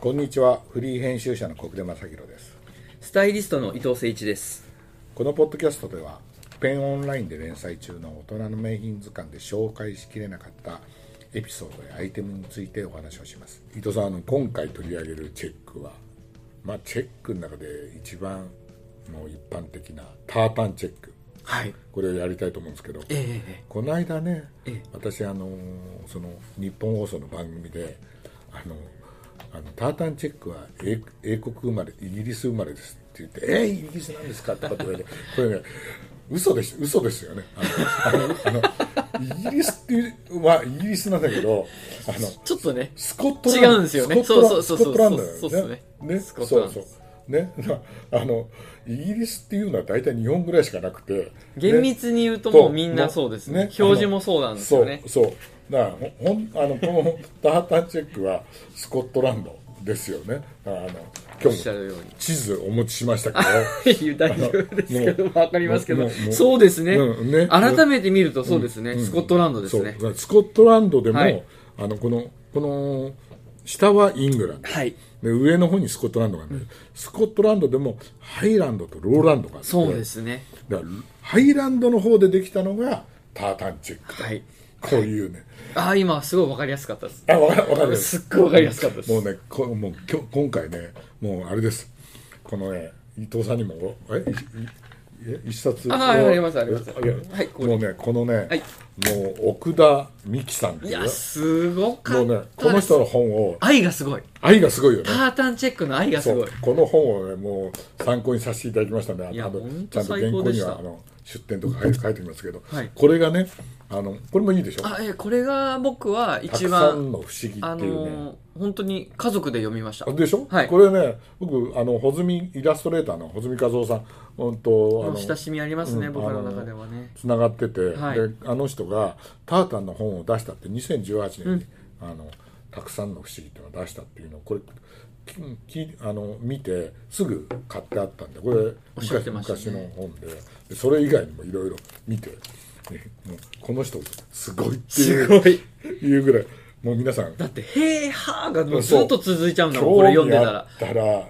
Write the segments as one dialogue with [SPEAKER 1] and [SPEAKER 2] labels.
[SPEAKER 1] こんにちはフリー編集者の国出正弘です
[SPEAKER 2] スタイリストの伊藤誠一です。
[SPEAKER 1] このポッドキャストではペンオンラインで連載中の大人の名品図鑑で紹介しきれなかったエピソードやアイテムについてお話をします伊藤さんあの今回取り上げるチェックはまあチェックの中で一番もう一般的なタータンチェック
[SPEAKER 2] はい。
[SPEAKER 1] これをやりたいと思うんですけど
[SPEAKER 2] ええ
[SPEAKER 1] この間ね
[SPEAKER 2] ええ
[SPEAKER 1] 私あのその日本放送の番組であのあのタータンチェックは英英国生まれイギリス生まれですって言って「えー、イギリスなんですか?」とかって言わ れてこれね嘘です嘘ですよねあのあのあのイギリスっていうはイギリスなんだけどあの
[SPEAKER 2] ちょっとね。
[SPEAKER 1] スコットランド
[SPEAKER 2] 違うんですよね
[SPEAKER 1] スコットラン
[SPEAKER 2] そうそうそうそう
[SPEAKER 1] スコットランドだよね
[SPEAKER 2] そうそうっすね
[SPEAKER 1] ね
[SPEAKER 2] スコットランド
[SPEAKER 1] そうそうね、なあのイギリスっていうのは大体日本ぐらいしかなくて、ね
[SPEAKER 2] 厳密に言うともうみんなそうですね。表示も
[SPEAKER 1] そ
[SPEAKER 2] そうなんですよね。
[SPEAKER 1] そうそうだからほんあのこのタータンチェックはスコットランドですよねだからあの
[SPEAKER 2] お
[SPEAKER 1] 今
[SPEAKER 2] っし
[SPEAKER 1] 日
[SPEAKER 2] ゃ
[SPEAKER 1] も
[SPEAKER 2] るように。
[SPEAKER 1] 地図お持ちしましたけど
[SPEAKER 2] 大丈夫ですけど、
[SPEAKER 1] もう
[SPEAKER 2] わかりますけ
[SPEAKER 1] も
[SPEAKER 2] ど
[SPEAKER 1] うも、う
[SPEAKER 2] そうですね
[SPEAKER 1] うんね。
[SPEAKER 2] 改めて見るとそうですね。
[SPEAKER 1] うん
[SPEAKER 2] スコットランドですね
[SPEAKER 1] そう。だからスコットランドでも、
[SPEAKER 2] はい
[SPEAKER 1] あのこのこの下はイングランド
[SPEAKER 2] はい。
[SPEAKER 1] で上の方にスコットランドがあるんで、スコットランドでもハイランドとローランドがあって
[SPEAKER 2] そうですね。
[SPEAKER 1] だからハイランドの方でできたのがタータンチェック
[SPEAKER 2] はい。
[SPEAKER 1] こういうね
[SPEAKER 2] ああ、今すごいわかりやすかったです。
[SPEAKER 1] あわかるわかる
[SPEAKER 2] すっごいわかりやすかったです。
[SPEAKER 1] もうねこもう今日今回ねもうあれですこのね伊藤さんにもおえいいえ一冊
[SPEAKER 2] あはいありますあります
[SPEAKER 1] いや
[SPEAKER 2] はいここに
[SPEAKER 1] もうねこのね、
[SPEAKER 2] はい
[SPEAKER 1] もう奥田美希さんって
[SPEAKER 2] い
[SPEAKER 1] いう
[SPEAKER 2] や、すごか
[SPEAKER 1] も
[SPEAKER 2] っ
[SPEAKER 1] うねこ
[SPEAKER 2] た
[SPEAKER 1] の
[SPEAKER 2] です
[SPEAKER 1] 人。の本を
[SPEAKER 2] 愛がすごい。
[SPEAKER 1] 愛がすごいよね
[SPEAKER 2] タータンチェックの愛がす
[SPEAKER 1] そ
[SPEAKER 2] ご
[SPEAKER 1] う
[SPEAKER 2] い。
[SPEAKER 1] この本をねもう参考にさせていただきましたね
[SPEAKER 2] いや
[SPEAKER 1] あの
[SPEAKER 2] ほん
[SPEAKER 1] ちゃん
[SPEAKER 2] と
[SPEAKER 1] と
[SPEAKER 2] 最
[SPEAKER 1] 原
[SPEAKER 2] 高
[SPEAKER 1] 稿
[SPEAKER 2] で
[SPEAKER 1] に
[SPEAKER 2] した
[SPEAKER 1] はあの出典とか書いて書いてみますけど、
[SPEAKER 2] はい
[SPEAKER 1] これがねあのこれもいいでしょ
[SPEAKER 2] あ、えー、これが僕は
[SPEAKER 1] た
[SPEAKER 2] 一
[SPEAKER 1] くさ
[SPEAKER 2] 番
[SPEAKER 1] んの不思議
[SPEAKER 2] あ
[SPEAKER 1] っていうね、
[SPEAKER 2] のー本当に家族で読みました。
[SPEAKER 1] でしょ、
[SPEAKER 2] はい
[SPEAKER 1] これね僕あの穂積イラストレーターの穂積和夫さん本当あ
[SPEAKER 2] もう
[SPEAKER 1] の
[SPEAKER 2] 親しみありますね、
[SPEAKER 1] うん
[SPEAKER 2] 僕らの
[SPEAKER 1] あの
[SPEAKER 2] 中ではね。
[SPEAKER 1] つながってて、
[SPEAKER 2] はい
[SPEAKER 1] であの人がタータンの本を出したって2018年に、あのたくさんの不思議っていうのを出したっていうのをこれききあの見てすぐ買ってあったんでこれ
[SPEAKER 2] おっしゃってましたね
[SPEAKER 1] 昔の本ででそれ以外にもいろいろ見て、ねもうこの人すごいっていう
[SPEAKER 2] ごい。
[SPEAKER 1] いうぐらいもう皆さん
[SPEAKER 2] だって、へーはーがもうずっと続いちゃうんだもん、これ読んでたら。
[SPEAKER 1] 興味あっ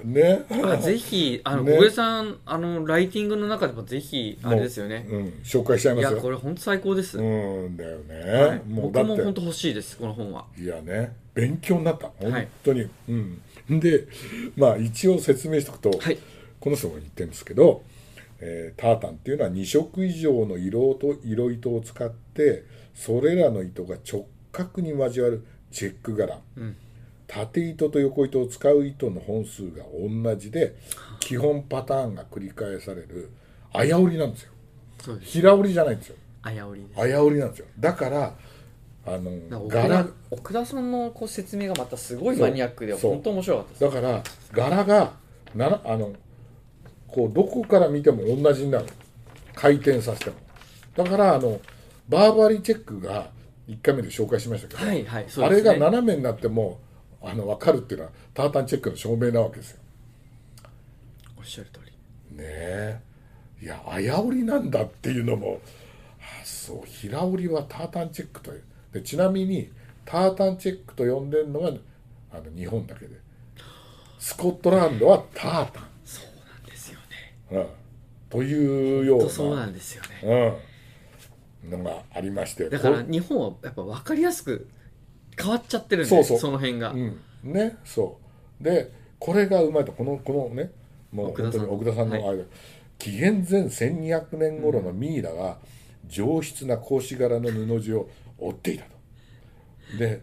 [SPEAKER 1] たらね
[SPEAKER 2] あぜひ、あの、
[SPEAKER 1] ね
[SPEAKER 2] 小暮さん、あの、ライティングの中でもぜひ、あれですよね。
[SPEAKER 1] うん、紹介しちゃい
[SPEAKER 2] い
[SPEAKER 1] ます
[SPEAKER 2] や、
[SPEAKER 1] よ。
[SPEAKER 2] これ本当最高です。
[SPEAKER 1] うんだよね。
[SPEAKER 2] はい
[SPEAKER 1] もうだ
[SPEAKER 2] 僕
[SPEAKER 1] っ
[SPEAKER 2] も本
[SPEAKER 1] て
[SPEAKER 2] 当欲しいです、この本は。
[SPEAKER 1] いやね勉強になった
[SPEAKER 2] い
[SPEAKER 1] 本当に、うん。でまあ一応説明しておくと、
[SPEAKER 2] はい
[SPEAKER 1] この人も言ってるんですけど、えータータンっていうのは2色以上の色と色糸を使ってそれらの糸が直角に交わるチェック柄。
[SPEAKER 2] うん。
[SPEAKER 1] 縦糸と横糸を使う糸の本数が同じで基本パターンが繰り返される綾織りなんですよ
[SPEAKER 2] そうです。
[SPEAKER 1] 平織りじゃないんですよ
[SPEAKER 2] あやおりです。
[SPEAKER 1] 綾織りなんですよだからあ
[SPEAKER 2] だ
[SPEAKER 1] の
[SPEAKER 2] から
[SPEAKER 1] 柄
[SPEAKER 2] 奥田奥田さんのこう説明がまたすごいマニアックで、
[SPEAKER 1] そう
[SPEAKER 2] 本当面白かったです。
[SPEAKER 1] だから柄がならあのこうどこから見ても同じになる回転させてもだからあのバーバリーチェックが1回目で紹介しましたけど、
[SPEAKER 2] はいはい、そ
[SPEAKER 1] あ
[SPEAKER 2] うで
[SPEAKER 1] れ
[SPEAKER 2] すね。
[SPEAKER 1] が斜めになってもあの分かるっていうのはタータンチェックの証明なわけですよ
[SPEAKER 2] おっしゃる通り。
[SPEAKER 1] ねえいや綾織なんだっていうのもあそう平織はタータンチェックというでちなみにタータンチェックと呼んでるのはあの日本だけでスコットランドはタータ
[SPEAKER 2] そうなんですよね。
[SPEAKER 1] ン、うん、というよう
[SPEAKER 2] 本
[SPEAKER 1] な
[SPEAKER 2] 当そうなんですよね。
[SPEAKER 1] うん、のがありまして
[SPEAKER 2] だから
[SPEAKER 1] こ
[SPEAKER 2] 日本はやっぱ分かりやすく変わっちゃってるんで
[SPEAKER 1] そうそう
[SPEAKER 2] その辺が、
[SPEAKER 1] うん、ねそうでこれがうまいとこのこのねもう
[SPEAKER 2] 奥
[SPEAKER 1] 本
[SPEAKER 2] 田さ
[SPEAKER 1] 当
[SPEAKER 2] ん
[SPEAKER 1] に奥田さんのあれ、
[SPEAKER 2] は
[SPEAKER 1] 紀元前1200年頃のミイラが上質な格子柄の布地を織っていたとで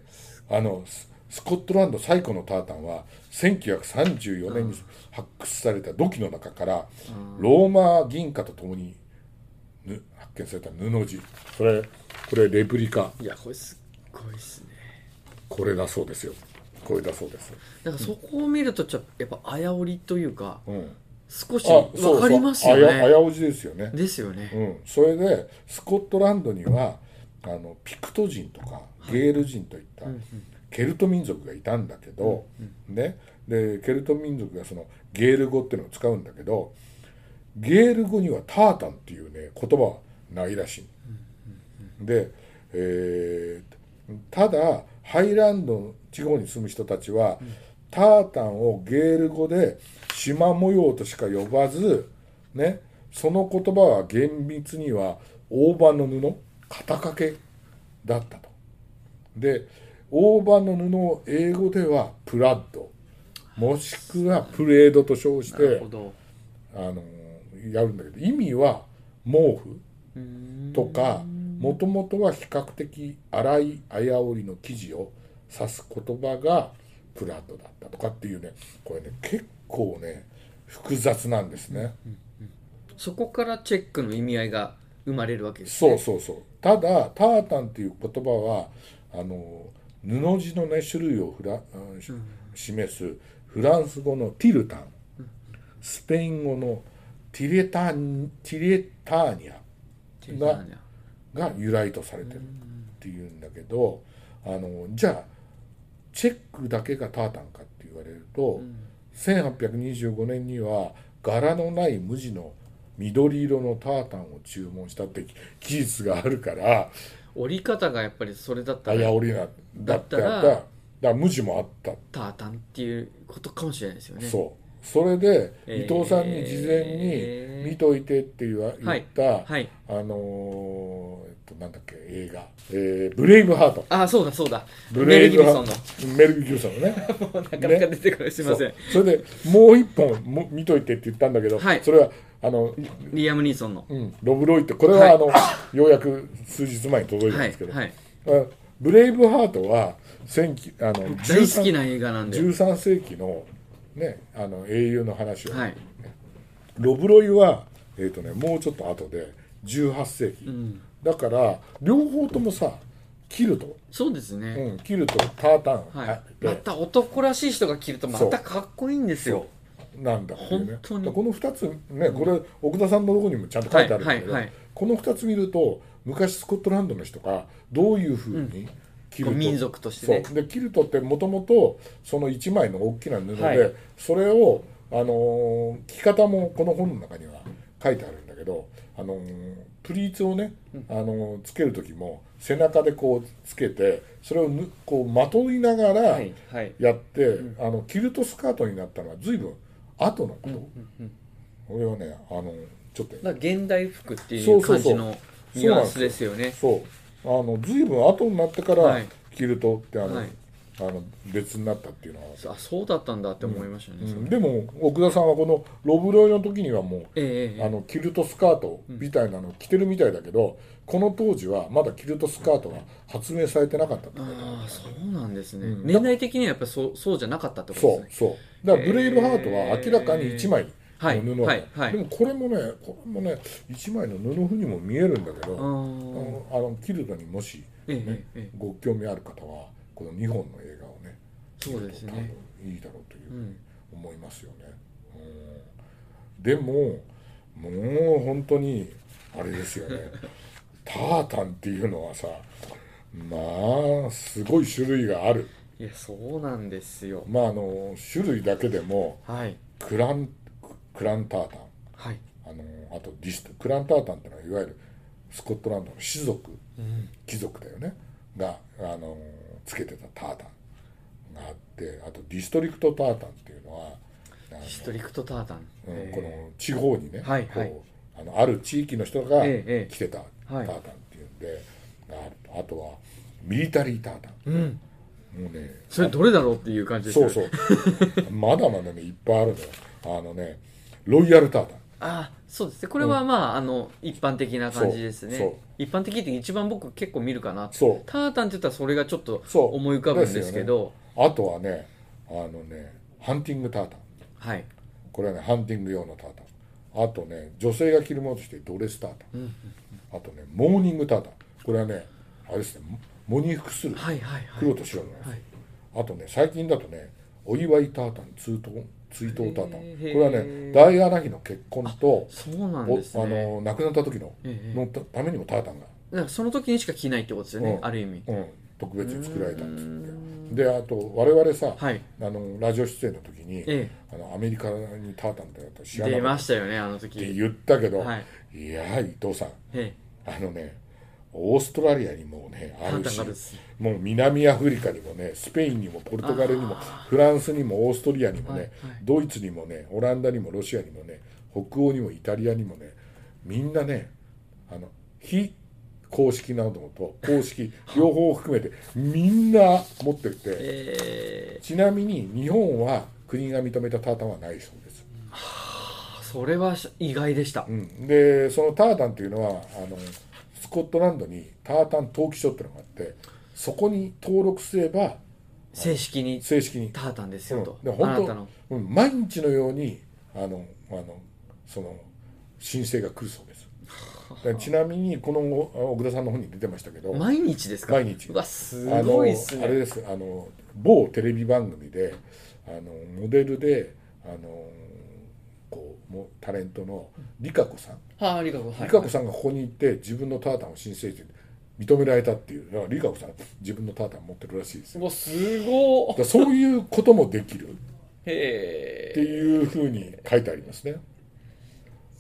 [SPEAKER 1] あのススコットランド最古のタータンは1934年に発掘された土器の中からローマ銀貨とともにぬ発見された布地これこれレプリカ
[SPEAKER 2] いやこれすっごいっすね
[SPEAKER 1] これだそうですよこれだそうです、
[SPEAKER 2] だからそこを見るとちょっとやっぱあやおりというか
[SPEAKER 1] うん
[SPEAKER 2] 少し
[SPEAKER 1] あそう
[SPEAKER 2] 分かりますよ
[SPEAKER 1] そうあやあ
[SPEAKER 2] ね
[SPEAKER 1] やおじですよね。
[SPEAKER 2] ですよね、
[SPEAKER 1] うん。それでスコットランドにはあのピクト人とかゲール人といった
[SPEAKER 2] うんうん
[SPEAKER 1] ケルト民族がいたんだけど、ね。でケルト民族がそのゲール語っていうのを使うんだけど、ゲール語にはタータンっていうね言葉はないらしい。で、えーただハイランド地方に住む人たちは、タータンをゲール語で縞模様としか呼ばず、ね、その言葉は厳密には大判の布肩掛けだったと。で大判の布を英語ではプラッドもしくはプレードと称し
[SPEAKER 2] なる
[SPEAKER 1] て
[SPEAKER 2] ほど
[SPEAKER 1] あのやるんだけど意味は毛布
[SPEAKER 2] うーん
[SPEAKER 1] とかもともとは比較的粗い綾織の生地を指す言葉がプラッドだったとかっていうねこれね結構ね複雑なんですね。
[SPEAKER 2] そこからチェックの意味合いが生まれるわけです
[SPEAKER 1] そう
[SPEAKER 2] ね
[SPEAKER 1] そうそうただタータンっていう言葉はあの布地のね種類をフラ、うんし示すフランス語のティルタンスペイン語のティレタンティレターニャ
[SPEAKER 2] っていうのはね
[SPEAKER 1] が由来とされてるっていうんだけどあのじゃあチェックだけがタータンかって言われると、1825年には柄のない無地の緑色のタータンを注文したって記述があるから
[SPEAKER 2] 折り方がやっぱりそれだった
[SPEAKER 1] 綾
[SPEAKER 2] ら
[SPEAKER 1] 織なだったらだ
[SPEAKER 2] だったら
[SPEAKER 1] から無地もあった、
[SPEAKER 2] タータンっていうことかもしれないですよね
[SPEAKER 1] そうそれで
[SPEAKER 2] えー
[SPEAKER 1] 伊藤さんに事前に見といてって言わ言った、
[SPEAKER 2] はい
[SPEAKER 1] あのーえっと、なんだっけ映画、えーブレイブハート」
[SPEAKER 2] あそうだそうだ
[SPEAKER 1] ブ
[SPEAKER 2] メ
[SPEAKER 1] レイ
[SPEAKER 2] ル・ギ
[SPEAKER 1] ブ
[SPEAKER 2] ブ
[SPEAKER 1] ハ
[SPEAKER 2] ソ
[SPEAKER 1] ー
[SPEAKER 2] ンの
[SPEAKER 1] トメル・ギブソンのね
[SPEAKER 2] なかなか出てこないすいません
[SPEAKER 1] そうそれでもう一本も見といてって言ったんだけど、
[SPEAKER 2] はい
[SPEAKER 1] それはあの、
[SPEAKER 2] リアム・ニーソンの
[SPEAKER 1] うん、ロブロイトこれ
[SPEAKER 2] は
[SPEAKER 1] はいあの、ようやく数日前に届いたん
[SPEAKER 2] は
[SPEAKER 1] で
[SPEAKER 2] い
[SPEAKER 1] すけど、
[SPEAKER 2] はい
[SPEAKER 1] あブレイブハートは19あの
[SPEAKER 2] 大好き
[SPEAKER 1] 13
[SPEAKER 2] な映画なんで
[SPEAKER 1] 13世紀の,、ね、あの英雄の話を、
[SPEAKER 2] はい
[SPEAKER 1] ロブロイは、えーとね、もうちょっと後で18世紀、
[SPEAKER 2] うん
[SPEAKER 1] だから両方ともさキルト、
[SPEAKER 2] そうですね
[SPEAKER 1] うん、キルトタータン、あ
[SPEAKER 2] はい
[SPEAKER 1] で
[SPEAKER 2] また男らしい人が着るとまたかっこいいんですよ
[SPEAKER 1] なんだっていうね
[SPEAKER 2] 本当に
[SPEAKER 1] だからこの2つねこれ奥田さんのとこにもちゃんと書いてあるんだけど、
[SPEAKER 2] はいはいはい
[SPEAKER 1] この2つ見ると昔スコットランドの人がどういうふうにキルト、
[SPEAKER 2] こう民族としてね
[SPEAKER 1] そうでキルトってもともとその1枚の大きな布で、
[SPEAKER 2] はい
[SPEAKER 1] それを、あのー着方もこの本の中には書いてあるんだけど、あのープリーツをね、あのーつける時も背中でこうつけてそれをぬこうまといながら、
[SPEAKER 2] はいはい
[SPEAKER 1] やって、あのキルトスカートになったのは随分後のこと、俺はねあのちょっと
[SPEAKER 2] だから現代服ってい
[SPEAKER 1] そううそう
[SPEAKER 2] 感
[SPEAKER 1] そう
[SPEAKER 2] じのニュアンスですよね
[SPEAKER 1] そうあの随分後になってか
[SPEAKER 2] は
[SPEAKER 1] ら
[SPEAKER 2] い
[SPEAKER 1] キルトってあの、
[SPEAKER 2] はい
[SPEAKER 1] あの別になったっていうのは、
[SPEAKER 2] あそうだったんだって思いましたね、
[SPEAKER 1] うんでも奥田さんはこのロブロイの時にはもう、
[SPEAKER 2] えええ
[SPEAKER 1] あのキルトスカートみたいなのを着てるみたいだけど、この当時はまだキルトスカートは発明されてなかったって
[SPEAKER 2] え
[SPEAKER 1] ことだ
[SPEAKER 2] ああそうなんですね、
[SPEAKER 1] うん
[SPEAKER 2] 年代的にはやっぱりそうそうじゃなかったってことで
[SPEAKER 1] そ
[SPEAKER 2] す
[SPEAKER 1] う
[SPEAKER 2] ね
[SPEAKER 1] そうだからブレイブハートは明らかに1枚の布だ、
[SPEAKER 2] はいはいはい
[SPEAKER 1] でもこれもねこれもね1枚の布にも見えるんだけど、
[SPEAKER 2] あー
[SPEAKER 1] あのキルトにもし、
[SPEAKER 2] ええ
[SPEAKER 1] ね
[SPEAKER 2] えええ
[SPEAKER 1] ご興味ある方はこの2本の映画をね
[SPEAKER 2] そうですね
[SPEAKER 1] 見ると多分いいだろうというふう
[SPEAKER 2] う
[SPEAKER 1] に
[SPEAKER 2] ん
[SPEAKER 1] 思いますよね、うんでももう本当にあれですよ ねタータンっていうのはさまあすごい種類がある
[SPEAKER 2] いやそうなんですよ
[SPEAKER 1] まああの種類だけでも
[SPEAKER 2] はい
[SPEAKER 1] クランクランタータン
[SPEAKER 2] はい、
[SPEAKER 1] あのあとディストクランタータンってのはいわゆるスコットランドの士族
[SPEAKER 2] うん、
[SPEAKER 1] 貴族だよねがあのつけてたタータンがあってあとディストリクトタータンっていうのはあ
[SPEAKER 2] ディストリクトタータン、
[SPEAKER 1] のうん
[SPEAKER 2] ええ
[SPEAKER 1] この地方にね、
[SPEAKER 2] はいはい
[SPEAKER 1] こうあのある地域の人が
[SPEAKER 2] ええええ
[SPEAKER 1] 着てたタ
[SPEAKER 2] は
[SPEAKER 1] ー
[SPEAKER 2] い
[SPEAKER 1] タンっていうんで、があるとあとはミリタリータータ
[SPEAKER 2] うん
[SPEAKER 1] ンもうね
[SPEAKER 2] それどれだろうっていう感じです
[SPEAKER 1] そ
[SPEAKER 2] よ
[SPEAKER 1] う
[SPEAKER 2] ね
[SPEAKER 1] そうまだまだねいっぱいあるのよあのねロイヤルタータン
[SPEAKER 2] あそうですねこれはまあ,、あの一般的な感じです
[SPEAKER 1] そう
[SPEAKER 2] ね一般的って一番僕結構見るかな
[SPEAKER 1] そう
[SPEAKER 2] タータンって言ったらそれがちょっと
[SPEAKER 1] そう
[SPEAKER 2] 思い浮かぶんですけど
[SPEAKER 1] あとはねあのねハンティングタータン
[SPEAKER 2] はい、
[SPEAKER 1] これはねハンティング用のタータンあとね女性が着るものとしてドレスタータン、
[SPEAKER 2] うん
[SPEAKER 1] あとねモーニングタータンこれはねあれですね喪に服する
[SPEAKER 2] はいはいはい
[SPEAKER 1] 黒と白のやつ、
[SPEAKER 2] はい
[SPEAKER 1] あとね最近だとねお祝いタータン追悼追悼タータン
[SPEAKER 2] へ
[SPEAKER 1] こ
[SPEAKER 2] ー
[SPEAKER 1] れはねダイアナ妃の結婚と
[SPEAKER 2] そうなん
[SPEAKER 1] お
[SPEAKER 2] ですね
[SPEAKER 1] あの亡くなった時の
[SPEAKER 2] ええ
[SPEAKER 1] のたためにもタータンが、
[SPEAKER 2] だからその時にしか着ないってことですよね、
[SPEAKER 1] うん
[SPEAKER 2] ある意味
[SPEAKER 1] うん、特別に作られたんです
[SPEAKER 2] う
[SPEAKER 1] っ
[SPEAKER 2] ん
[SPEAKER 1] てであと我々さ、
[SPEAKER 2] はい
[SPEAKER 1] あのラジオ出演の時に、
[SPEAKER 2] え
[SPEAKER 1] あのアメリカにタータンってやったら知らなか
[SPEAKER 2] 出
[SPEAKER 1] った
[SPEAKER 2] ましたよねあの
[SPEAKER 1] って
[SPEAKER 2] 時
[SPEAKER 1] 言ったけど、
[SPEAKER 2] はい
[SPEAKER 1] い、やー伊藤さん
[SPEAKER 2] え
[SPEAKER 1] あのねオーストラリアにもねあ
[SPEAKER 2] タン
[SPEAKER 1] る
[SPEAKER 2] タン
[SPEAKER 1] し
[SPEAKER 2] があるっすね
[SPEAKER 1] もう南アフリカにもねスペインにもポルトガルにもフランスにもオーストリアにもね、
[SPEAKER 2] はいはい
[SPEAKER 1] ドイツにもねオランダにもロシアにもね北欧にもイタリアにもねみんなねあの非公式などと公式両方を含めてみんな持ってて
[SPEAKER 2] え
[SPEAKER 1] ちなみに日本は国が認めたタータンはないそうです。
[SPEAKER 2] ー、それはし意外でした
[SPEAKER 1] う。ん、でそのタータンというのはあのスコットランドにタータン登記所っていうのがあってそこに登録すれば
[SPEAKER 2] 正式に
[SPEAKER 1] 正式に
[SPEAKER 2] タータンですよと。
[SPEAKER 1] うん、で
[SPEAKER 2] あなた
[SPEAKER 1] 本
[SPEAKER 2] の。
[SPEAKER 1] 当、うん、毎日のようにあのあのその申請が来るそう ですでちなみにこの後あ小倉さんの本に出てましたけど
[SPEAKER 2] 毎日ですか
[SPEAKER 1] 毎日
[SPEAKER 2] うわ、す
[SPEAKER 1] あの
[SPEAKER 2] ごいっす
[SPEAKER 1] あれ
[SPEAKER 2] ね。
[SPEAKER 1] ですあの某テレビ番組であのモデルであのこうもタレントのリカ子さん
[SPEAKER 2] はあ、リカ子、はい。
[SPEAKER 1] リカ子さんがここに行って自分のタータンを申請して認められたっていうだからリカ子さん自分のタータン持ってるらしいですよ
[SPEAKER 2] うわ、すご
[SPEAKER 1] だ
[SPEAKER 2] ー
[SPEAKER 1] からそういうこともできるって
[SPEAKER 2] へ
[SPEAKER 1] いうふうに書いてあり ますね
[SPEAKER 2] ー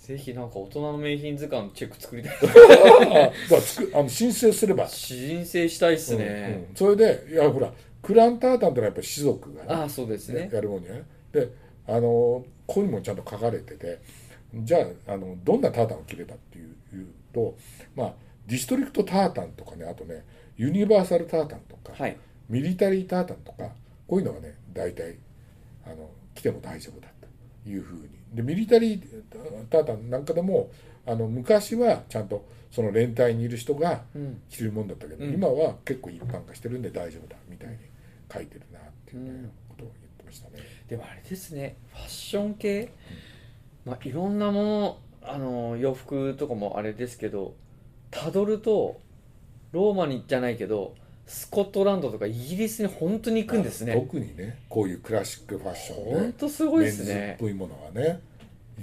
[SPEAKER 2] ぜひなんか大人の名品図鑑チェック作りたい。
[SPEAKER 1] あだからつくあの申請すれば、
[SPEAKER 2] 申請したいっすね。
[SPEAKER 1] うんそれでいやほらクランタータンってのはやっぱり士族がね
[SPEAKER 2] ああ、そうですね。
[SPEAKER 1] やるもんじゃないであのここにもちゃんと書かれててじゃああのどんなタータンを切れたっていういうとまあディストリクトタータンとかねあとねユニバーサルタータンとか、
[SPEAKER 2] はい。
[SPEAKER 1] ミリタリータータンとかこういうのがね大体あの来ても大丈夫だというふうにでミリタリータータンなんかでもあの昔はちゃんとその連隊にいる人が
[SPEAKER 2] うん。
[SPEAKER 1] 着るもんだったけど、
[SPEAKER 2] うん
[SPEAKER 1] 今は結構一般化してるんで大丈夫だみたいに書いてるなっていう、ね
[SPEAKER 2] うん
[SPEAKER 1] ことを言ってましたね。
[SPEAKER 2] でもあれですね、ファッション系、まあ、いろんなもの、あの洋服とかもあれですけど、たどると、ローマにじゃないけど、スコットランドとかイギリスに本当に行くんですね。
[SPEAKER 1] 特にねこういうクラシックファッション
[SPEAKER 2] 本
[SPEAKER 1] ね
[SPEAKER 2] 当すごい
[SPEAKER 1] メ
[SPEAKER 2] で
[SPEAKER 1] ンズ
[SPEAKER 2] す
[SPEAKER 1] っ
[SPEAKER 2] ね。
[SPEAKER 1] ぽいものはね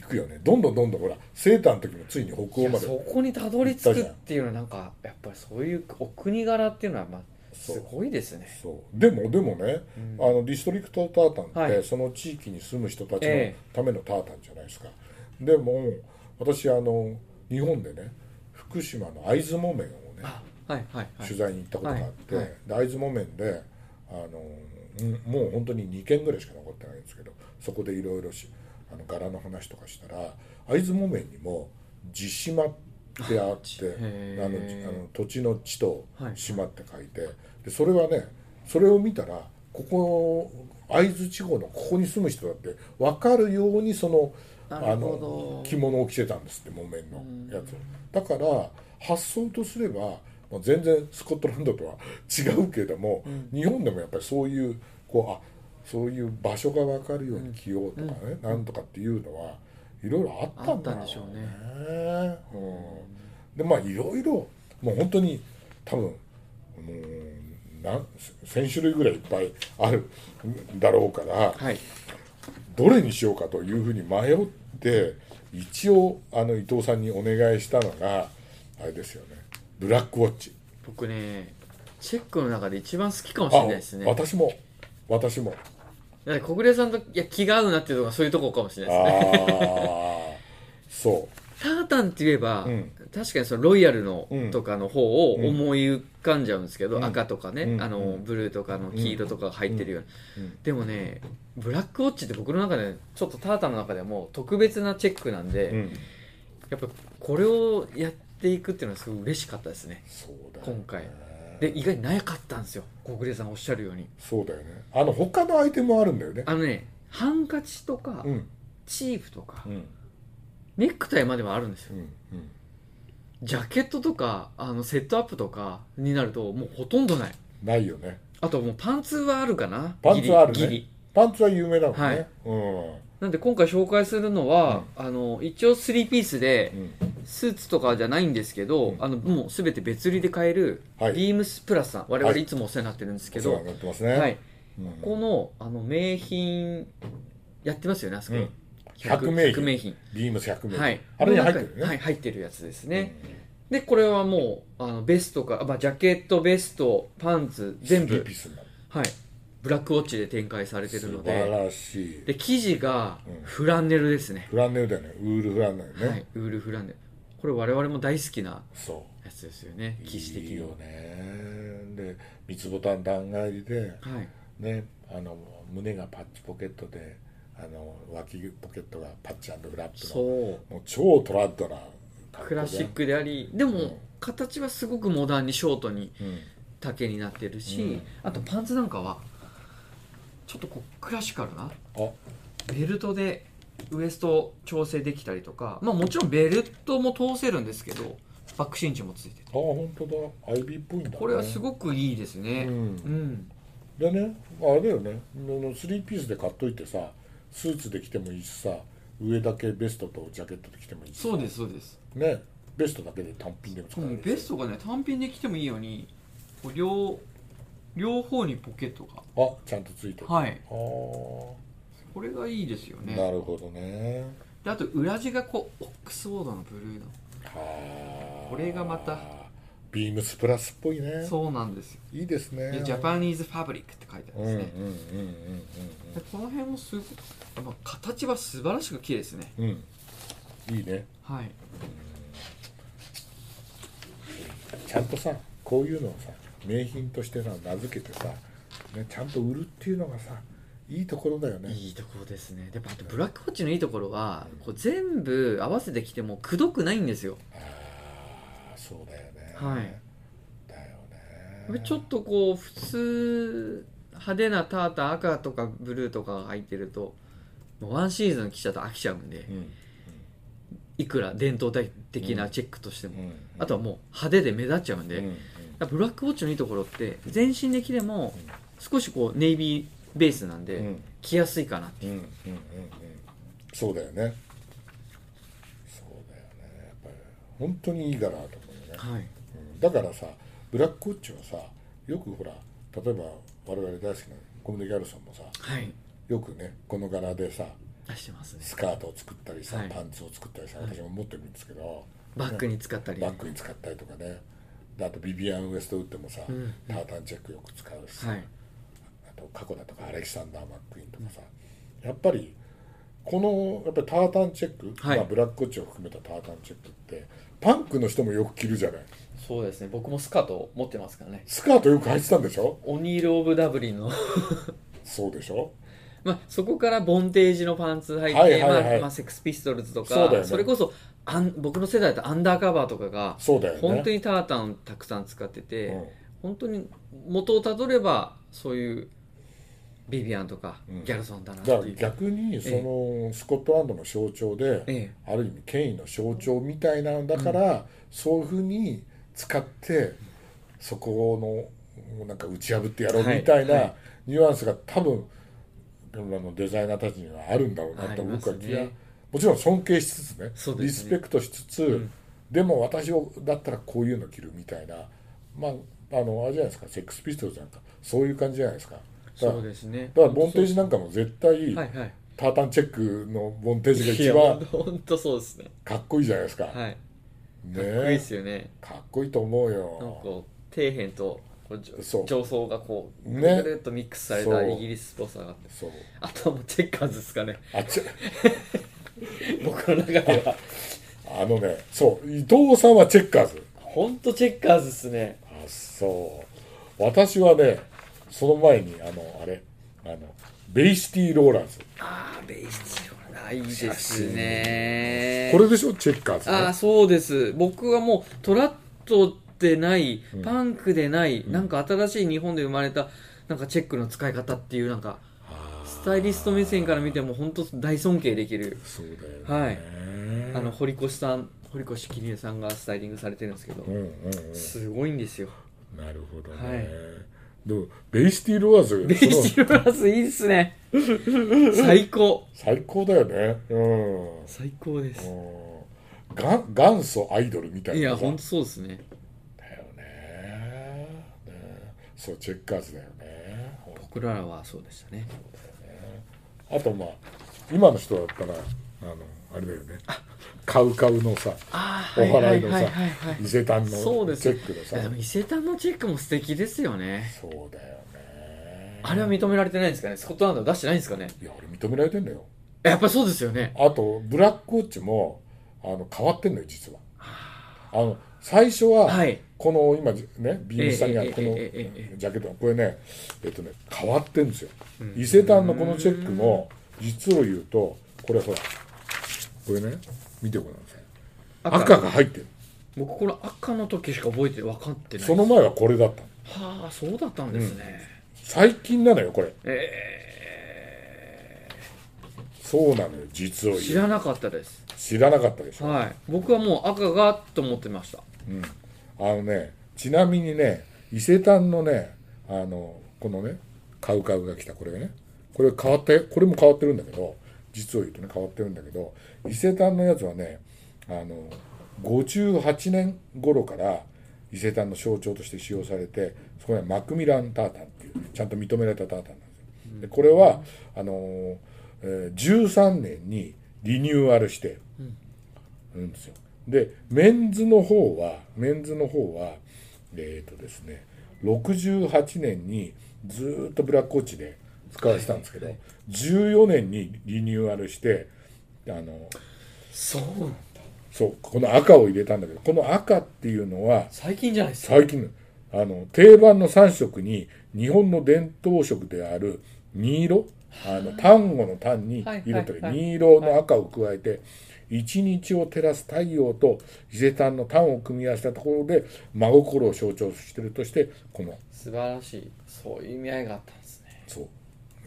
[SPEAKER 1] 行くよねどんどんどんどんほらセーターの時もついに北
[SPEAKER 2] い
[SPEAKER 1] 欧
[SPEAKER 2] や
[SPEAKER 1] まで
[SPEAKER 2] そこにたどり着くっていうのはなんかやっぱりそういうお国柄っていうのはまあ
[SPEAKER 1] そう
[SPEAKER 2] すごいですね。
[SPEAKER 1] そうでもでもね
[SPEAKER 2] うん
[SPEAKER 1] あのディストリクトタータンって、
[SPEAKER 2] はい
[SPEAKER 1] その地域に住む人たちの
[SPEAKER 2] ええ
[SPEAKER 1] ためのタータンじゃないですか、でも私あの日本でね福島の会津木綿をね、
[SPEAKER 2] あはいはいはい
[SPEAKER 1] 取。材に行ったことがあって、
[SPEAKER 2] はいはい
[SPEAKER 1] で会津木綿であのうんもう本当に2件ぐらいしか残ってないんですけどそこでいろいろしあの柄の話とかしたら会津木綿にも地島ってあって
[SPEAKER 2] へー
[SPEAKER 1] あのじあの土地の地と
[SPEAKER 2] はい
[SPEAKER 1] 島って書いて、でそれはねそれを見たらここ会津地方のここに住む人だって分かるようにその
[SPEAKER 2] なるほ
[SPEAKER 1] あ
[SPEAKER 2] ど
[SPEAKER 1] の着物を着てたんですって木綿のやつをだから発想とすれば、まあ、全然スコットランドとは違うけれども、日本でもやっぱりそういうこうあそういう場所が分かるように着ようとかね、なんとかっていうのはいろいろあったんだろ
[SPEAKER 2] あったんでしょうね
[SPEAKER 1] うねうん、でまあいろいろもう本当に多分もうなん1,000種類ぐらいいっぱいあるんだろうから。
[SPEAKER 2] はい。
[SPEAKER 1] どれにしようかというふうに迷って一応あの伊藤さんにお願いしたのがあれですよねブラックウォッチ
[SPEAKER 2] 僕ねチェックの中で一番好きかもしれ
[SPEAKER 1] あ
[SPEAKER 2] ないですね。
[SPEAKER 1] 私も私も
[SPEAKER 2] だって小暮さんといや気が合うなっていうのがそういうとこかもしれ
[SPEAKER 1] あ
[SPEAKER 2] ないですね
[SPEAKER 1] あそ
[SPEAKER 2] タータンって言えば、
[SPEAKER 1] うん
[SPEAKER 2] 確かにそのロイヤルの
[SPEAKER 1] うん
[SPEAKER 2] とかの方を思い浮かんじゃうんですけど、
[SPEAKER 1] うん
[SPEAKER 2] 赤とかね、
[SPEAKER 1] うん
[SPEAKER 2] あの
[SPEAKER 1] うん
[SPEAKER 2] ブルーとかの黄色とかが入ってるような、
[SPEAKER 1] う、うん
[SPEAKER 2] でもねブラックウォッチって僕の中でちょっとタータンの中でも特別なチェックなんで、
[SPEAKER 1] うん、
[SPEAKER 2] やっぱこれをやっていくっていうのはすごい嬉しかったですね
[SPEAKER 1] そうだよね
[SPEAKER 2] 今回で意外になかったんですよ小暮さんおっしゃるように
[SPEAKER 1] そうだよねあの他のアイテムもあるんだよね
[SPEAKER 2] あのねハンカチとか、
[SPEAKER 1] うん
[SPEAKER 2] チーフとか、
[SPEAKER 1] うん
[SPEAKER 2] ネクタイまではあるんですよ
[SPEAKER 1] うんうん
[SPEAKER 2] ジャケットとかあのセットアップとかになるともうほとんどない
[SPEAKER 1] ないよね
[SPEAKER 2] あともうパンツはあるかな
[SPEAKER 1] パンツはあるね
[SPEAKER 2] ギリギリ
[SPEAKER 1] パンツは有名だもんね、
[SPEAKER 2] はい
[SPEAKER 1] うん
[SPEAKER 2] なんで今回紹介するのは、あの一応スリーピースで
[SPEAKER 1] うん
[SPEAKER 2] スーツとかじゃないんですけど、
[SPEAKER 1] うん
[SPEAKER 2] あのもう全て別売りで買える、
[SPEAKER 1] はい
[SPEAKER 2] ビームスプラスさん我
[SPEAKER 1] は
[SPEAKER 2] 々
[SPEAKER 1] い
[SPEAKER 2] いつもお世話になってるんですけ
[SPEAKER 1] お世話
[SPEAKER 2] ど、は
[SPEAKER 1] に
[SPEAKER 2] い
[SPEAKER 1] なってますね、うん
[SPEAKER 2] ここのあの名品やってますよねあそこ、
[SPEAKER 1] うん100名品
[SPEAKER 2] 100名品
[SPEAKER 1] ビームス100名、
[SPEAKER 2] はい、
[SPEAKER 1] あれに入ってるよね
[SPEAKER 2] はい、入ってるやつですね、
[SPEAKER 1] うん
[SPEAKER 2] でこれはもうあのベストか、まあ、ジャケットベストパンツ全
[SPEAKER 1] スリー
[SPEAKER 2] 部
[SPEAKER 1] ピースになる
[SPEAKER 2] はいブラックウォッチで展開されてるの
[SPEAKER 1] 素晴
[SPEAKER 2] で
[SPEAKER 1] らしい
[SPEAKER 2] で生地が
[SPEAKER 1] うん
[SPEAKER 2] フランネルですね、
[SPEAKER 1] フランネルだよねウールフランネルね、
[SPEAKER 2] はいウールフランネルこれ我々も大好きな、
[SPEAKER 1] そう
[SPEAKER 2] やつですよね騎士的
[SPEAKER 1] いい
[SPEAKER 2] に
[SPEAKER 1] よ
[SPEAKER 2] は
[SPEAKER 1] ねで三つボタン断崖で
[SPEAKER 2] はい
[SPEAKER 1] ねあの胸がパッチポケットであの脇ポケットがパッチフラップの
[SPEAKER 2] そう
[SPEAKER 1] もう超トラッドな格好で
[SPEAKER 2] クラシックでありで
[SPEAKER 1] うん
[SPEAKER 2] も形はすごくモダンにショートに
[SPEAKER 1] うん
[SPEAKER 2] 丈になってるし、
[SPEAKER 1] うん
[SPEAKER 2] あとパンツなんかはちょっとこうクラシカルな
[SPEAKER 1] あ
[SPEAKER 2] ベルトでウエスト調整できたりとか、まあ、もちろんベルトも通せるんですけどバックシンチもついてて
[SPEAKER 1] あ本当だアイビーっぽいんだ、ね、
[SPEAKER 2] これはすごくいいです
[SPEAKER 1] う、
[SPEAKER 2] ねうんん、
[SPEAKER 1] でねあれだよねあのスリーピースで買っといてさスーツで着てもいいしさ上だけベストとジャケットで着てもいいしさ
[SPEAKER 2] そうですそうです
[SPEAKER 1] ねベストだけで単品でも使
[SPEAKER 2] も
[SPEAKER 1] え
[SPEAKER 2] う
[SPEAKER 1] る
[SPEAKER 2] ベストがね単品で着てもいいようにこう両両方にポケットが
[SPEAKER 1] あちゃんとついてる、
[SPEAKER 2] はい
[SPEAKER 1] あー
[SPEAKER 2] これがいいですよね
[SPEAKER 1] なるほどね
[SPEAKER 2] であと裏地がこうオックスフォードのブルーの
[SPEAKER 1] はあ
[SPEAKER 2] これがまた
[SPEAKER 1] ビームスプラスっぽいね
[SPEAKER 2] そうなんですよ
[SPEAKER 1] いいですね
[SPEAKER 2] でジャパニーズファブリックって書いてある
[SPEAKER 1] うんんう
[SPEAKER 2] で
[SPEAKER 1] ん
[SPEAKER 2] す
[SPEAKER 1] うんうん
[SPEAKER 2] ね、でこの辺もすごく、まあ、形は素晴らしく綺麗ですね
[SPEAKER 1] うんうんうんいいね
[SPEAKER 2] はい
[SPEAKER 1] ちゃんとさこういうのをさ名品としてな名付けてさ、ね、ちゃんと売るっていうのがさいいところだよね
[SPEAKER 2] いいところですねであとブラックウォッチのいいところはこう全部合わせてきてもくどくないんですよ
[SPEAKER 1] ああそうだよね
[SPEAKER 2] はい
[SPEAKER 1] だよ
[SPEAKER 2] で
[SPEAKER 1] ね
[SPEAKER 2] ちょっとこう普通派手なタータン赤とかブルーとかが入ってるともうワンシーズン来ちゃうと飽きちゃうんで
[SPEAKER 1] うん
[SPEAKER 2] いくら伝統的なチェックとして
[SPEAKER 1] う
[SPEAKER 2] も
[SPEAKER 1] ん
[SPEAKER 2] あとはもう派手で目立っちゃうんで
[SPEAKER 1] うんうん
[SPEAKER 2] だからブラックウォッチのいいところって全身で着ても
[SPEAKER 1] うん
[SPEAKER 2] 少しこうネイビーベースなん
[SPEAKER 1] うん
[SPEAKER 2] で着やすいかなって
[SPEAKER 1] うんうんうんうんそうだよねそうだよねやっぱり本当にいい柄だと思うよね
[SPEAKER 2] はい
[SPEAKER 1] うんだからさブラックウォッチはさよくほら例えば我々大好きなコムデ・ギャルソンもさ
[SPEAKER 2] はい
[SPEAKER 1] よくねこの柄でさ
[SPEAKER 2] 出してますね
[SPEAKER 1] スカートを作ったりさ、
[SPEAKER 2] はい
[SPEAKER 1] パンツを作ったりさ
[SPEAKER 2] はい
[SPEAKER 1] 私も持ってるんですけど、
[SPEAKER 2] バッグに使ったり
[SPEAKER 1] バッグに使ったりとかねであとビビアン・ウエストウッドもさ、
[SPEAKER 2] うん
[SPEAKER 1] タータンチェックよく使うしさ、
[SPEAKER 2] はい
[SPEAKER 1] あと過去だとかアレキサンダー・マックイーンとかさやっぱりこのやっぱりタータンチェック、
[SPEAKER 2] はい
[SPEAKER 1] まあ、ブラックウォッチを含めたタータンチェックってパンクの人もよく着るじゃない
[SPEAKER 2] そうですね僕もスカート持ってますからね
[SPEAKER 1] スカートよく履いてたんでしょ
[SPEAKER 2] オニール・オブ・ダブリンの
[SPEAKER 1] そうでしょ
[SPEAKER 2] まあそこからボンテージのパンツ履いて、
[SPEAKER 1] はいはいはい
[SPEAKER 2] まあまあ、セックスピストルズと
[SPEAKER 1] そ
[SPEAKER 2] か
[SPEAKER 1] うだよね
[SPEAKER 2] れこそあん僕の世代だとアンダーカバーとかが
[SPEAKER 1] そうだよね
[SPEAKER 2] 本当にタータンたくさん使ってて、
[SPEAKER 1] うん
[SPEAKER 2] 本当に元をたどればそういうビビアンとか
[SPEAKER 1] うん
[SPEAKER 2] ギャルソンだなって
[SPEAKER 1] だから
[SPEAKER 2] いう、
[SPEAKER 1] 逆にそのスコットランドの象徴で、
[SPEAKER 2] え
[SPEAKER 1] ある意味権威の象徴みたいなのだから、そういうふうに使ってそこのなんか打ち破ってやろう
[SPEAKER 2] はい
[SPEAKER 1] みたい
[SPEAKER 2] は
[SPEAKER 1] ないニュアンスが多分あのデザイナーたちにはあるんだろうなと
[SPEAKER 2] ありま
[SPEAKER 1] 僕
[SPEAKER 2] す
[SPEAKER 1] は
[SPEAKER 2] ね
[SPEAKER 1] 気が、もちろん尊敬しつつね
[SPEAKER 2] そう
[SPEAKER 1] リ
[SPEAKER 2] です
[SPEAKER 1] ス
[SPEAKER 2] ね
[SPEAKER 1] ペクトしつつ、
[SPEAKER 2] うん
[SPEAKER 1] でも私をだったらこういうの着るみたいなまああのあれじゃないですかセックスピストルズなんかそういう感じじゃないですか。だから
[SPEAKER 2] そうですね
[SPEAKER 1] だからボンテージなんかも絶対、
[SPEAKER 2] はいはい
[SPEAKER 1] タータンチェックのボンテージが
[SPEAKER 2] い
[SPEAKER 1] 一
[SPEAKER 2] や
[SPEAKER 1] 番
[SPEAKER 2] 本当そうですね
[SPEAKER 1] かっこいいじゃないですか、
[SPEAKER 2] はい
[SPEAKER 1] ね
[SPEAKER 2] かっこいいですよね
[SPEAKER 1] かっこいいと思う
[SPEAKER 2] なん
[SPEAKER 1] よ
[SPEAKER 2] か底辺とこうじ
[SPEAKER 1] そ
[SPEAKER 2] ょ
[SPEAKER 1] う
[SPEAKER 2] 上層がこう
[SPEAKER 1] ね
[SPEAKER 2] ぐるぐるっとミックスされた
[SPEAKER 1] そう
[SPEAKER 2] イギリスっぽさがあって
[SPEAKER 1] そう
[SPEAKER 2] あとはもうチェッカーズですかね
[SPEAKER 1] あち
[SPEAKER 2] 僕の中では
[SPEAKER 1] あのねそう伊藤さんはチェッカーズ
[SPEAKER 2] 本当チェッカーズっすね
[SPEAKER 1] あそう私はねその前にあのあれあのベイシティ・ローランズ
[SPEAKER 2] ああベイスティロないですね
[SPEAKER 1] これでしょチェッカーズ、ね、
[SPEAKER 2] ああそうです僕はもうトラットでない
[SPEAKER 1] ん
[SPEAKER 2] パンクでない、なんか新しい日本で生まれたなんかチェックの使い方っていうなんか
[SPEAKER 1] あー
[SPEAKER 2] スタイリスト目線から見ても本当大尊敬できる
[SPEAKER 1] そうだよね
[SPEAKER 2] はいあの堀越さん堀越桐生さんがスタイリングされてるんですけど
[SPEAKER 1] うんうんうん
[SPEAKER 2] すごいんですよ
[SPEAKER 1] なるほどね、
[SPEAKER 2] はい
[SPEAKER 1] でもベイシティ・ローラン ズ
[SPEAKER 2] ベイシルラスいいっすね最高
[SPEAKER 1] 最高だよねうん
[SPEAKER 2] 最高です
[SPEAKER 1] うんが元祖アイドルみたい
[SPEAKER 2] い
[SPEAKER 1] な
[SPEAKER 2] や
[SPEAKER 1] さ
[SPEAKER 2] 本当そうですね
[SPEAKER 1] だよねねそうチェッカーズだよねほん
[SPEAKER 2] 僕らはそうでしたね
[SPEAKER 1] あとまあ今の人だったらあのあれだよねカウカウのさ
[SPEAKER 2] あ
[SPEAKER 1] お
[SPEAKER 2] ーは
[SPEAKER 1] 祓
[SPEAKER 2] い
[SPEAKER 1] いの
[SPEAKER 2] は
[SPEAKER 1] さ
[SPEAKER 2] いはいはい
[SPEAKER 1] 伊勢丹のチ
[SPEAKER 2] そう
[SPEAKER 1] ェ
[SPEAKER 2] ですね
[SPEAKER 1] ックの
[SPEAKER 2] い
[SPEAKER 1] さ
[SPEAKER 2] やでも伊勢丹のチェックも素敵ですよね
[SPEAKER 1] そうだよね
[SPEAKER 2] あれは認められてないんですかねスコットランドは出してないんですかね
[SPEAKER 1] いや俺認められてんだよ
[SPEAKER 2] やっぱそうですよね
[SPEAKER 1] あとブラックウォッチもあの変わってんのよ実はあの最初は、
[SPEAKER 2] はい
[SPEAKER 1] この今ねビームスさんにある
[SPEAKER 2] ええ
[SPEAKER 1] この
[SPEAKER 2] えええええ
[SPEAKER 1] ジャケットこれねえっとね変わってんですよ、伊勢丹のこのチェックも実を言うとこれほらこれね見てごらんなさい赤が入ってる
[SPEAKER 2] 僕この赤の時しか覚えて分かってない
[SPEAKER 1] その前はこれだったの
[SPEAKER 2] はあそうだったんですね、
[SPEAKER 1] 最近なのよこれ
[SPEAKER 2] え
[SPEAKER 1] そうなのよ実を
[SPEAKER 2] ー、知
[SPEAKER 1] 言う
[SPEAKER 2] らなかったです
[SPEAKER 1] 知らなかったでしょ、
[SPEAKER 2] はい僕はもう赤がと思ってました
[SPEAKER 1] うん、あのねちなみにね伊勢丹のねあのこのねカウカウが来たこれがねこれ変わったよこれも変わってるんだけど実を言うとね変わってるんだけど伊勢丹のやつはねあの58年頃から伊勢丹の象徴として使用されてそこにはマクミラン・タータンっていうちゃんと認められたタータンなんですよ。でこれはあのーえー13年にリニューアルして、うんですよでメンズの方はメンズの方はえっ、とですね68年にずーっとブラックウォッチで使わせたんですけど、14年にリニューアルしてあの
[SPEAKER 2] そう
[SPEAKER 1] そうこの赤を入れたんだけどこの赤っていうのは
[SPEAKER 2] 最近じゃないですか
[SPEAKER 1] 最近あの定番の3色に日本の伝統色である二色あの単語の単に
[SPEAKER 2] はい
[SPEAKER 1] 色という
[SPEAKER 2] はいはい
[SPEAKER 1] 二色の赤を加えて一日を照らす太陽と伊勢丹の単を組み合わせたところで真心を象徴しているとしてこの
[SPEAKER 2] 素晴らしいそういう意味合いがあったんですね
[SPEAKER 1] そう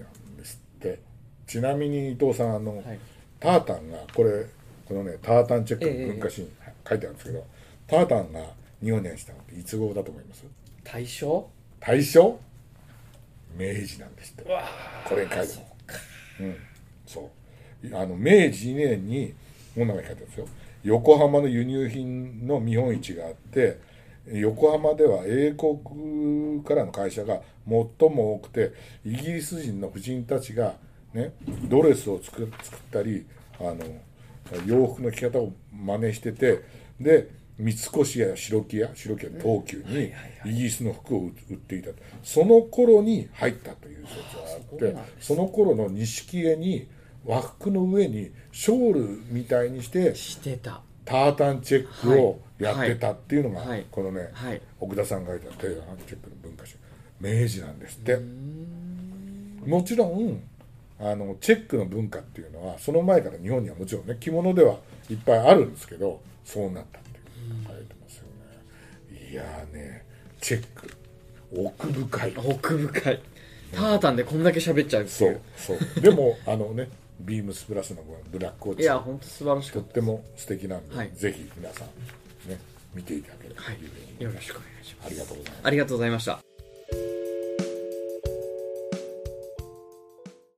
[SPEAKER 1] なんですってちなみに伊藤さんあの、
[SPEAKER 2] はい
[SPEAKER 1] タータンがこれこのねタータンチェックの文化史に書いてあるんですけど、タータンが日本にしたのっていつ頃だと思います
[SPEAKER 2] 大正
[SPEAKER 1] 大正明治なんですって
[SPEAKER 2] うわ
[SPEAKER 1] これに書いてある
[SPEAKER 2] そうか
[SPEAKER 1] うん、そういあの明治2年にこんなの書いてあるんですよ横浜の輸入品の見本市があって横浜では英国からの会社が最も多くてイギリス人の婦人たちが、ね、ドレスを作作ったりあの洋服の着方を真似しててで三越や白木屋白木屋の東急
[SPEAKER 2] はい
[SPEAKER 1] に
[SPEAKER 2] はいはい
[SPEAKER 1] イギリスの服を売っていたその頃に入ったという説があっ
[SPEAKER 2] そう
[SPEAKER 1] て
[SPEAKER 2] なんです
[SPEAKER 1] その頃の錦絵に和服の上にショールみたいにして
[SPEAKER 2] してた
[SPEAKER 1] タータンチェックをやってたっていうのが、
[SPEAKER 2] はいはい
[SPEAKER 1] このね、
[SPEAKER 2] はい
[SPEAKER 1] 奥田さんが書いた「テータンチェックの文化史」明治なんですってもちろんあのチェックの文化っていうのはその前から日本にはもちろんね着物ではいっぱいあるんですけどそうなったっていう書いてますよねいやーねチェック奥深い
[SPEAKER 2] 奥深いタータンでこんだけ喋っちゃうって
[SPEAKER 1] そ
[SPEAKER 2] いう
[SPEAKER 1] うそうでもあの ねビームスプラスのブラックウォッチ
[SPEAKER 2] いや本当素晴らしか
[SPEAKER 1] と
[SPEAKER 2] っ
[SPEAKER 1] ったても素敵なんで、
[SPEAKER 2] はい
[SPEAKER 1] ぜひ皆さんね見ていただければと
[SPEAKER 2] は
[SPEAKER 1] いうふうに
[SPEAKER 2] いよろしくお願いします
[SPEAKER 1] ありがとうございます
[SPEAKER 2] ありがとうございました